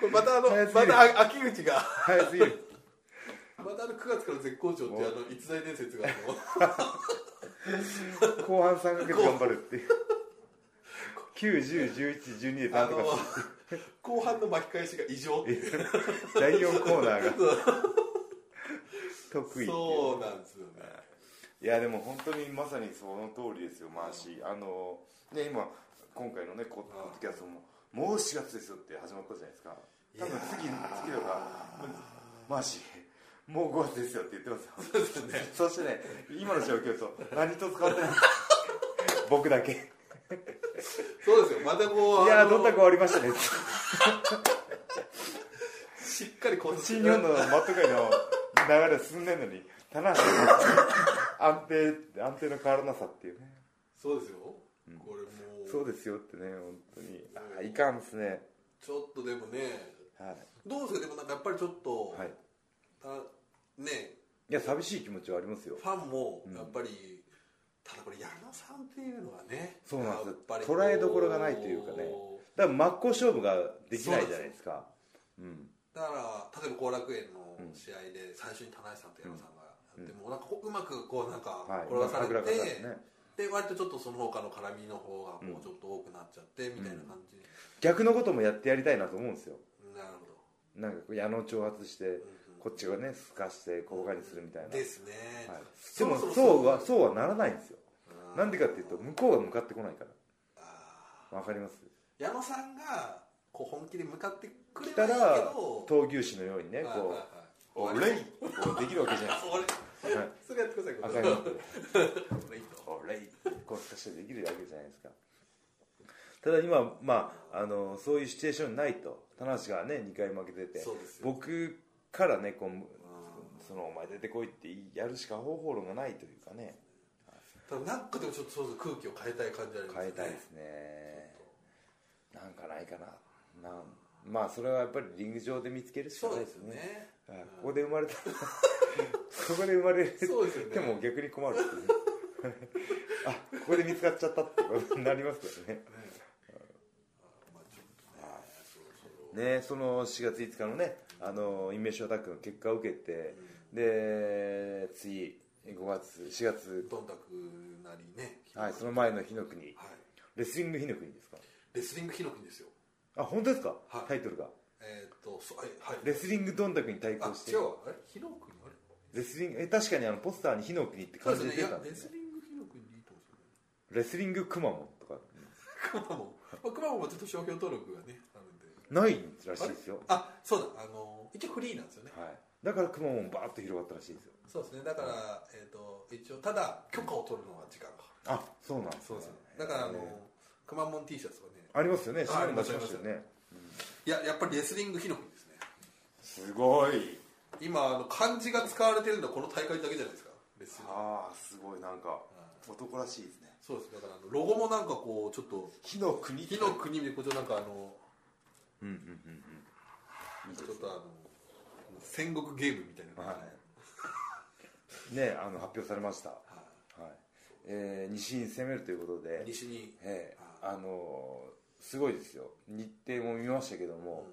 S2: これまたあの
S1: 早すぎ
S2: ま
S1: る
S2: たあ秋口が
S1: 早すぎる
S2: またあの9月から絶好調っていうあの逸材伝説があの
S1: 後半3ヶ月頑張るっていう9101112で
S2: あ
S1: なんと
S2: の
S1: か
S2: 後半の巻き返しが異常っていう
S1: する第4コーナ ーが得意っていう
S2: そうなんですよね
S1: いやでも本当にまさにその通りですよマーシーあのね今今回のねこ
S2: うん
S1: ポッドキャストももう4月ですよって始まったじゃないですか多分次次とかマーシーもう5月ですよって言ってますよそうですねそしてね今の状況と何一つ変わ ってない僕だけい
S2: そうですよまたこう
S1: やー
S2: あの
S1: どんたく終わりましたね
S2: しっかりこう
S1: 新日本のマット界の流れ進んでんのに棚橋の安定安定の変わらなさっていうね
S2: そうですよ、これもう
S1: そうですよってね本当にあーいかんですね
S2: ちょっとでもね
S1: はい
S2: どうですかでもなんかやっぱりちょっと、
S1: はい、
S2: たね
S1: いや寂しい気持ちはありますよ
S2: ファンもやっぱり、ただこれ矢野さんっていうのはね
S1: そうなんですよ
S2: やっぱり
S1: 捉えどころがないというかねだから真っ向勝負ができないじゃないですかうん
S2: だから例えば後楽園の試合で最初に田中さんと矢野さんがやって、もうなんかこううまくこうなんか
S1: はい
S2: 転がされて、
S1: まあ神楽坂ですね
S2: で割とちょっとその他の絡みの方がこうちょっと多くなっちゃって、みたいな感じ、
S1: 逆のこともやってやりたいなと思うんですよ
S2: なるほど
S1: なんかこう矢野を挑発して
S2: うん
S1: こっちがねすかして小馬鹿にするみたいな、
S2: ですね、
S1: はい、で
S2: そ
S1: も
S2: ろそろ
S1: そうはそうはならないんですよ
S2: うん
S1: なんでかっていうと向こうが向かってこないか
S2: あ
S1: らわかります
S2: ー矢野さんがこう本気で向かってくれ
S1: 来
S2: ば
S1: た
S2: いいけ
S1: ら
S2: ど
S1: 闘牛士のようにね
S2: はいはい
S1: こ
S2: はい
S1: 「
S2: う
S1: おれい!」できるわけじゃない
S2: あ俺
S1: ですかはい
S2: それやってください
S1: 赤いマークで
S2: 俺いいと
S1: おれいこうしてできるわけじゃないですかただ今、まあ、あのそういうシチュエーションないと棚橋がね2回負けてて
S2: そうですよ
S1: 僕からねこう
S2: うん
S1: そのお前出てこいってやるしか方法論がないというかね
S2: ただなんかでもちょっとそうそう空気を変えたい感じありますよ
S1: 変え
S2: ね
S1: たいですねなんかないかななんまあそれはやっぱりリング上で見つけるしか
S2: そ
S1: な
S2: う
S1: い
S2: で
S1: ですす
S2: よ
S1: ね
S2: ね
S1: はいここで生まれ たここで生まれて
S2: そうですよね
S1: も逆に困るっていうね あここで見つかっちゃったってことになりますからね
S2: まあちょっとねそろそろ
S1: ねその4月5日のねあのインメーションアタックの結果を受けて、で次5月4月
S2: どんたくなりね
S1: はいその
S2: は
S1: 前の火の国
S2: い
S1: レスリング火の国ですか
S2: レスリングヒノキですよ
S1: あ本当ですか、
S2: はい
S1: タイトルが
S2: えーっとそはいはい
S1: レスリングどんたくに対
S2: あ
S1: 抗して
S2: 違うわあれヒノキあれ
S1: レスリングえ確かにあのポスターに火の国って
S2: そう
S1: 感
S2: で
S1: じで
S2: すねい
S1: 出
S2: や
S1: たん
S2: レ
S1: で
S2: ス
S1: すね
S2: リングヒノキでいいと思うんですよね
S1: レスリングくまモンとか
S2: 熊本も、 まあ、熊本もちょっと商標登録がねあるんで
S1: ないらしいですよ
S2: あそうだあの一応フリーなんですよね
S1: はい、だからくまモンバーッと広がったらしいですよ
S2: そうですねだから、えー、と一応ただ許可を取るのは時間がかか
S1: あそうなんで
S2: る
S1: すね
S2: だからあの、
S1: えー
S2: くまモン T シャツはね
S1: ありますよね
S2: あ
S1: 新聞出しましたよね
S2: いややっぱりレスリング火の国ですね
S1: すごい
S2: 今あの漢字が使われてるのはこの大会だけじゃないですかレスリング
S1: ああすごいなんか男らしいですね
S2: そうですだからあのロゴもなんかこうちょっと
S1: 火の国
S2: 火の国でこうちょっとなんかあの
S1: うんうんうん
S2: ちょっとあの戦国ゲームみたいな感じ
S1: う
S2: で、
S1: んねあの発表されました、は
S2: はい
S1: えー西に攻めるということ
S2: い
S1: で、
S2: 西に、
S1: えーあのーすごいですよ日程も見ましたけど
S2: うん
S1: も、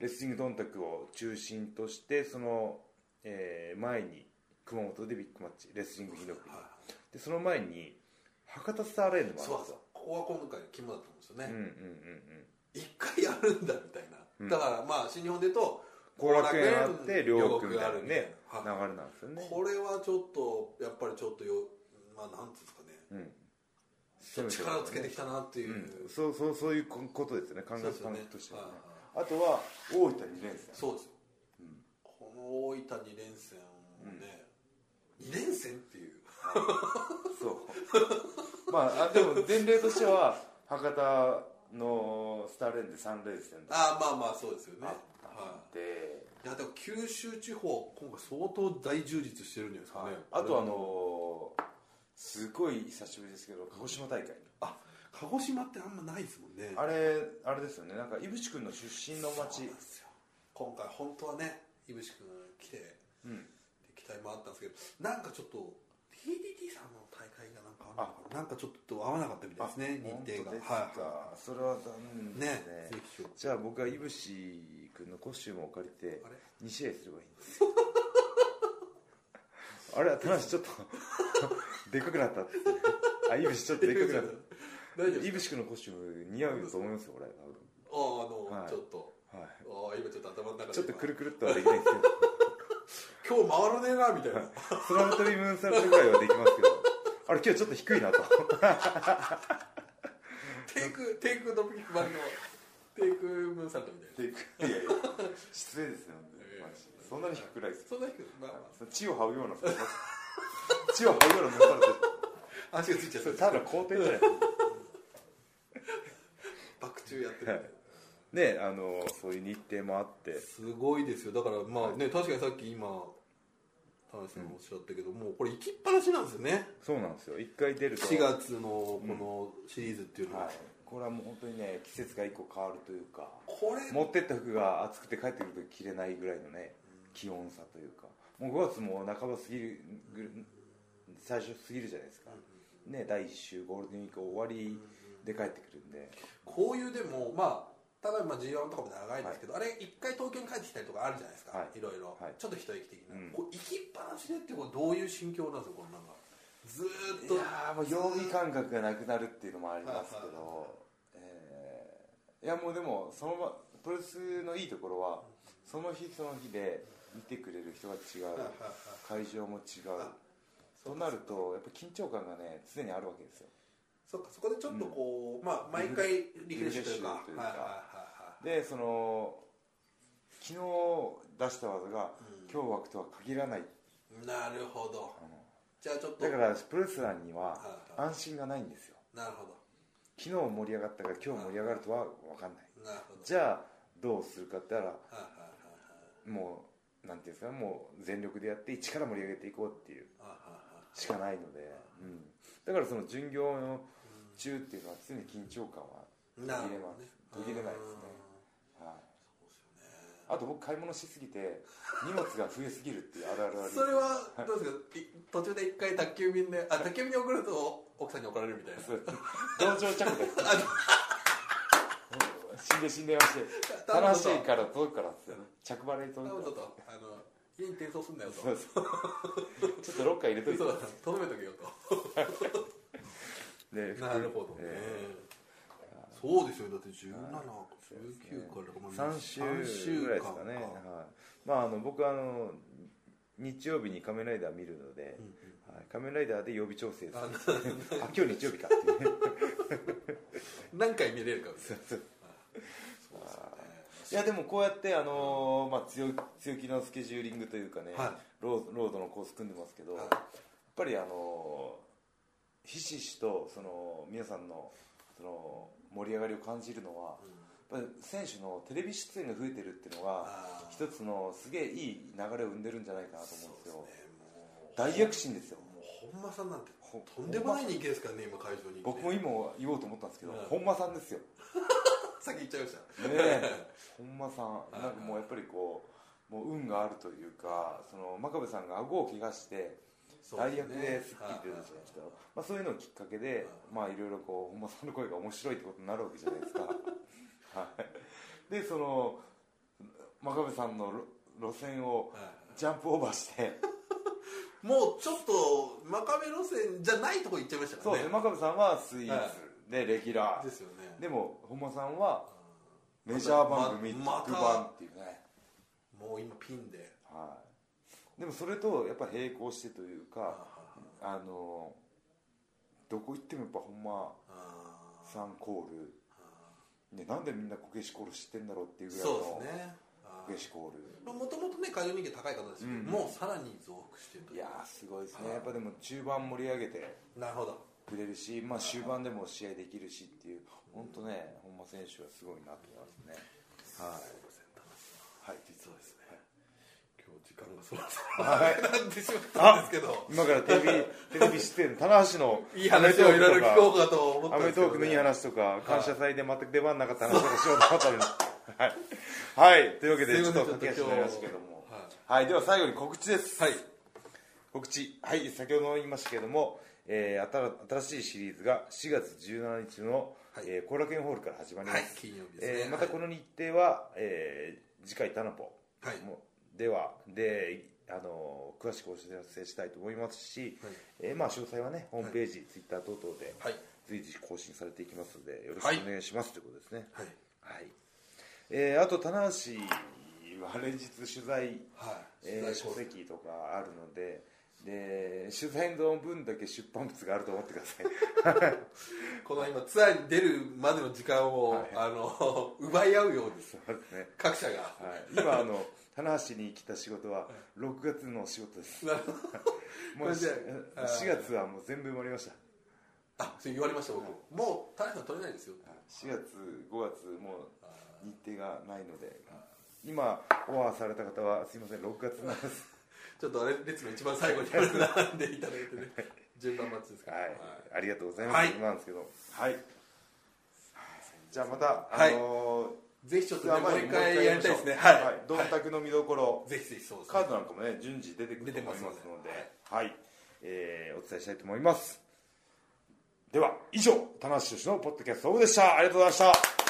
S1: レスリングドンタクを中心としてその、えー前に熊本でビッグマッチレスリング火の国
S2: はい
S1: でその前に博多スターレーンもあるん
S2: そう
S1: です
S2: そう
S1: よ
S2: ここは今回肝だと思うんですよね、
S1: うんうんうんうん
S2: 一回やるんだみたいな、
S1: うん
S2: だからまあ新日本で言うと
S1: 後楽園あって両国みたいな
S2: みたい
S1: ね
S2: な
S1: 流
S2: は
S1: れなんですよ
S2: い
S1: ね
S2: これはちょっとやっぱりちょっとよまあなんつうんですかね
S1: うん
S2: ちょっと力をつけてきたなっていう、
S1: うんそうそうそういうことですよね考え
S2: そ
S1: 方
S2: うですよね
S1: としてはねあ
S2: はい
S1: とは大分2連 戦
S2: そうですよ、
S1: ん
S2: この大分2連戦をね、二2連戦っていう
S1: そうまああでも前例としては博多のスターレーンで3連戦だっ
S2: ああまあまあそうですよね
S1: あ
S2: は
S1: ったんで
S2: いいやでも九州地方今回相当大充実してるんじゃないですかね、
S1: あとあのーすごい久しぶりですけど鹿児島大会
S2: あ鹿児島ってあんまないですもんね
S1: あれあれですよねなんか井渕君の出身の
S2: そ
S1: 町
S2: うなんですよ今回本当はね井渕君が来て
S1: うん
S2: 期待もあったんですけどなんかちょっと TDT さんの大会がなんかあるのかななんかちょっと合わなかったみたいですね
S1: あ
S2: 日
S1: 本
S2: 程が
S1: 当ですか、
S2: は
S1: それは残
S2: い
S1: 念
S2: ね
S1: ですね
S2: ぜひちょっと
S1: じゃあ僕は井渕君のコスチュームを借りて
S2: あれ
S1: 2試合すればいいん ですよあれ田無ちょっと でかくなったっつってあ井渕ちょっとでかくなっ
S2: 大丈
S1: た
S2: 夫
S1: 井
S2: です
S1: 渕君のコスチューム似合うと思いますよ俺
S2: あーあの、
S1: はい
S2: ちょっと
S1: 多分、は
S2: あー今ちょっと頭の中で
S1: い、ちょっとくるくるっとはできないんですけど
S2: 今日回らねえなみたいな
S1: スラムトリムーンサルトぐらいはできますけどあれ今日ちょっと低いなと
S2: テイクテイクドブキック版のテイクムーンサルトみたいな
S1: 低いやいや失礼ですよ、マジでそんなに低くないですよ
S2: そんな低くまあま
S1: その地を這うようなその地を這うようなムーンサルト
S2: あ足がついちゃっ
S1: そ
S2: た
S1: れただ肯定じゃないですか
S2: バク宙やってるみたい
S1: ね
S2: な
S1: あのそういう日程もあって
S2: すごいですよだからまあね、確かにさっき今田辺さんもおっしゃったけど、もうこれ行きっぱなしなんですよね
S1: そうなんですよ一回出ると
S2: 4月のこのシリーズっていうのは、
S1: はいこれはもう本当にね季節が一個変わるというか
S2: これ
S1: 持ってった服が暑くて帰ってくると着れないぐらいのね気温差というかもう5月も半ば過ぎるぐる最初過ぎるじゃないですかね第1週ゴールデンウィーク終わりで帰ってくるんで
S2: こういうでもまあただまあ G1 とかも長いんですけど、あれ一回東京に帰ってきたりとかあるじゃないですか、
S1: はい
S2: い、ろいろ、
S1: はい
S2: ちょっと一息的
S1: う
S2: な、
S1: ん
S2: こう行きっぱなしでってこれどういう心境なんですかこのなんかずーっ
S1: い
S2: と
S1: やーもう曜日感覚がなくなるっていうのもありますけ
S2: はいは
S1: ど、えーいやもうでもそのまプロレスのいいところはその日その日で見てくれる人が違
S2: はいうはいはい
S1: 会場も違う
S2: あ
S1: となるとやっぱ緊張感がね常にあるわけですよ
S2: そっかそこでちょっとこう、まあ毎回リフレッシュというか
S1: リフレッシュというか
S2: はいはいはいはい
S1: でその昨日出した技が
S2: うん
S1: 今日枠とは限らない
S2: なるほど
S1: の
S2: じゃあちょっと
S1: だからプロレスラーには
S2: はいは
S1: 安心がないんですよ
S2: なるほど
S1: 昨日盛り上がったか今日盛り上がるとは分かんない
S2: なるほど
S1: じゃあどうするかって言ったら
S2: はいはい
S1: もうなんていうんですかもう全力でやって一から盛り上げていこうっていう
S2: はいはいはいはいはい
S1: しかないので、うん、だからその巡業の中っていうのは常に緊張感は途
S2: な
S1: 切
S2: る
S1: れ
S2: ほ
S1: ま
S2: どね
S1: す途切れないですねはい
S2: う
S1: あ
S2: ん
S1: と僕買い物しすぎて荷物が増えすぎるっていうあるあるある
S2: それはどうですかい途中で一回宅急便であ宅急便に送ると奥さんに怒られるみたいな
S1: そう同情着です死んで死んでまして
S2: 頼む
S1: 楽
S2: ぞ
S1: し
S2: と
S1: いから届くからっつって着払いに
S2: な
S1: 届
S2: るほ
S1: くから
S2: どとあの家に転送すんなよと
S1: そうそうちょっとロッカー入れといて
S2: そうだとどめとけよと
S1: ね服
S2: なるほどね、
S1: え
S2: そうですよだって1719
S1: そうですね
S2: からまあ
S1: 3週ぐらいですかね
S2: 三週間
S1: はい、まああの僕はあの日曜日に仮面ライダー見るので、はい、仮面ライダーで予備調整する
S2: あ
S1: あ今日日曜日かっていうね
S2: 何回見れるかみたいなそうですよ
S1: いやでもこうやってあのーまあ強強気のスケジューリングというかね、
S2: は
S1: ローロードのコース組んでますけど、
S2: はい
S1: やっぱりあのーひしひしとその皆さんのその盛り上がりを感じるのは、やっぱり選手のテレビ出演が増えてるっていうのが
S2: あー
S1: 一つのすげえいい流れを生んでるんじゃないかなと思うんですよ
S2: そうですねもう
S1: 大躍進ですよ
S2: もう本間さんなんて
S1: ほ
S2: とんでもない人気ですからね今会場に
S1: 僕も今言おうと思ったんですけど、
S2: うん
S1: 本間さんです よ
S2: 先言っちゃいました
S1: ねえ本間さ
S2: い
S1: んなんかもうやっぱりこうもう運があるというかその真壁さんが顎を怪我して
S2: そう
S1: 大
S2: すね
S1: 役ですっきり出るじゃないですか、まあ、そういうのをきっかけで、まあいろいろこう本間さんの声が面白いってことになるわけじゃないですかはいでその真壁さんの路路線を
S2: はいはい
S1: ジャンプオーバーして
S2: もうちょっと真壁路線じゃないとこ行っちゃいましたか
S1: そう
S2: ら
S1: で
S2: ね
S1: すね真壁さんはスイー
S2: は
S1: ツでレギュラ
S2: で
S1: ー
S2: すよね
S1: でも本間さんはメジャー番組ビ
S2: まま
S1: ッ
S2: た
S1: グバンっていうね
S2: もう今ピンで
S1: はい、でもそれとやっぱ並行してというか、あのどこ行ってもやっぱほんま
S2: あー
S1: サンコール、ね、なんでみんなこけしコール知ってんだろうっていうぐらい
S2: そう
S1: の
S2: ですね
S1: こけしコール
S2: もともとね会場人気高い方ですけど、
S1: うん
S2: もうさらに増幅してると
S1: いやーすごいですねや
S2: はい
S1: っぱでも中盤盛り上げて
S2: なるほど
S1: くれるし、まあ、終盤でも試合できるしっていう本当ね本間選手はすごいなと思いますねはい
S2: すいま
S1: は
S2: せん楽しい
S1: い
S2: 実はですね、今日時間がそろそろなってしまったんですけど
S1: 今からテ レビテレビ出演棚橋の
S2: いい話をいろいろ聞こうかと思った
S1: ア
S2: ん
S1: メ
S2: ですけ
S1: トーク
S2: ど、ね、
S1: のいい話とか、感謝祭で全く出番なかった話とかしようと思ったのに。はい。はい。というわけで、
S2: す
S1: ち
S2: いま
S1: ょ
S2: せ
S1: っ
S2: ん
S1: と駆け足になりましたけども。はい。では最後に告知です。
S2: はい
S1: 告知。はい。先ほども言いましたけども、えー新新しいシリーズが4月17日の、
S2: はい
S1: えー後楽園ホールから始まります。
S2: はい金曜日ですね
S1: えーまたこの日程は、えー次回タナポ
S2: はい
S1: もでは、で、あのー詳しくお知らせしたいと思いますし、
S2: はい
S1: えーまあ詳細はね、ホームページ、ツイッター等々で、
S2: はい
S1: 随時更新されていきますのでよろしくお願いします、ということですね
S2: はい
S1: はい、えーあと棚橋は連日取材、
S2: はい
S1: えー書籍とかあるのでで取材の分だけ出版物があると思ってくださ い
S2: この今ツアーに出るまでの時間を、
S1: はい
S2: あの 奪い合うように
S1: そうですね、
S2: 各社が、
S1: はい、今あの棚橋に来た仕事は6月の仕事です
S2: なるほど
S1: もう
S2: これじゃあ
S1: 4月はもう全部埋まりました
S2: あそれ言われました僕、もう大変取れないですよ
S1: 4月5月もう日程がないので今オファーされた方はすいません6月なんです
S2: ちょっとあれ列の一番最後に並んでいただい てね順番待ちですから、
S1: はい、ありがとうございます、
S2: はい
S1: 今なんですけど、はい、じゃあまた、
S2: はい
S1: あの
S2: ぜひちょっと、ね、
S1: ー、
S2: もう一回やりたいですね
S1: は、
S2: はいい、
S1: はい、どんたくの見どころ、
S2: ぜひぜひそうです
S1: カ
S2: ね
S1: ードなんかもね順次出てくると思いますの
S2: 出てますの
S1: で
S2: で
S1: はい、えーお伝えしたいと思いますでは以上田中俊のポッドキャストオブでしたありがとうございました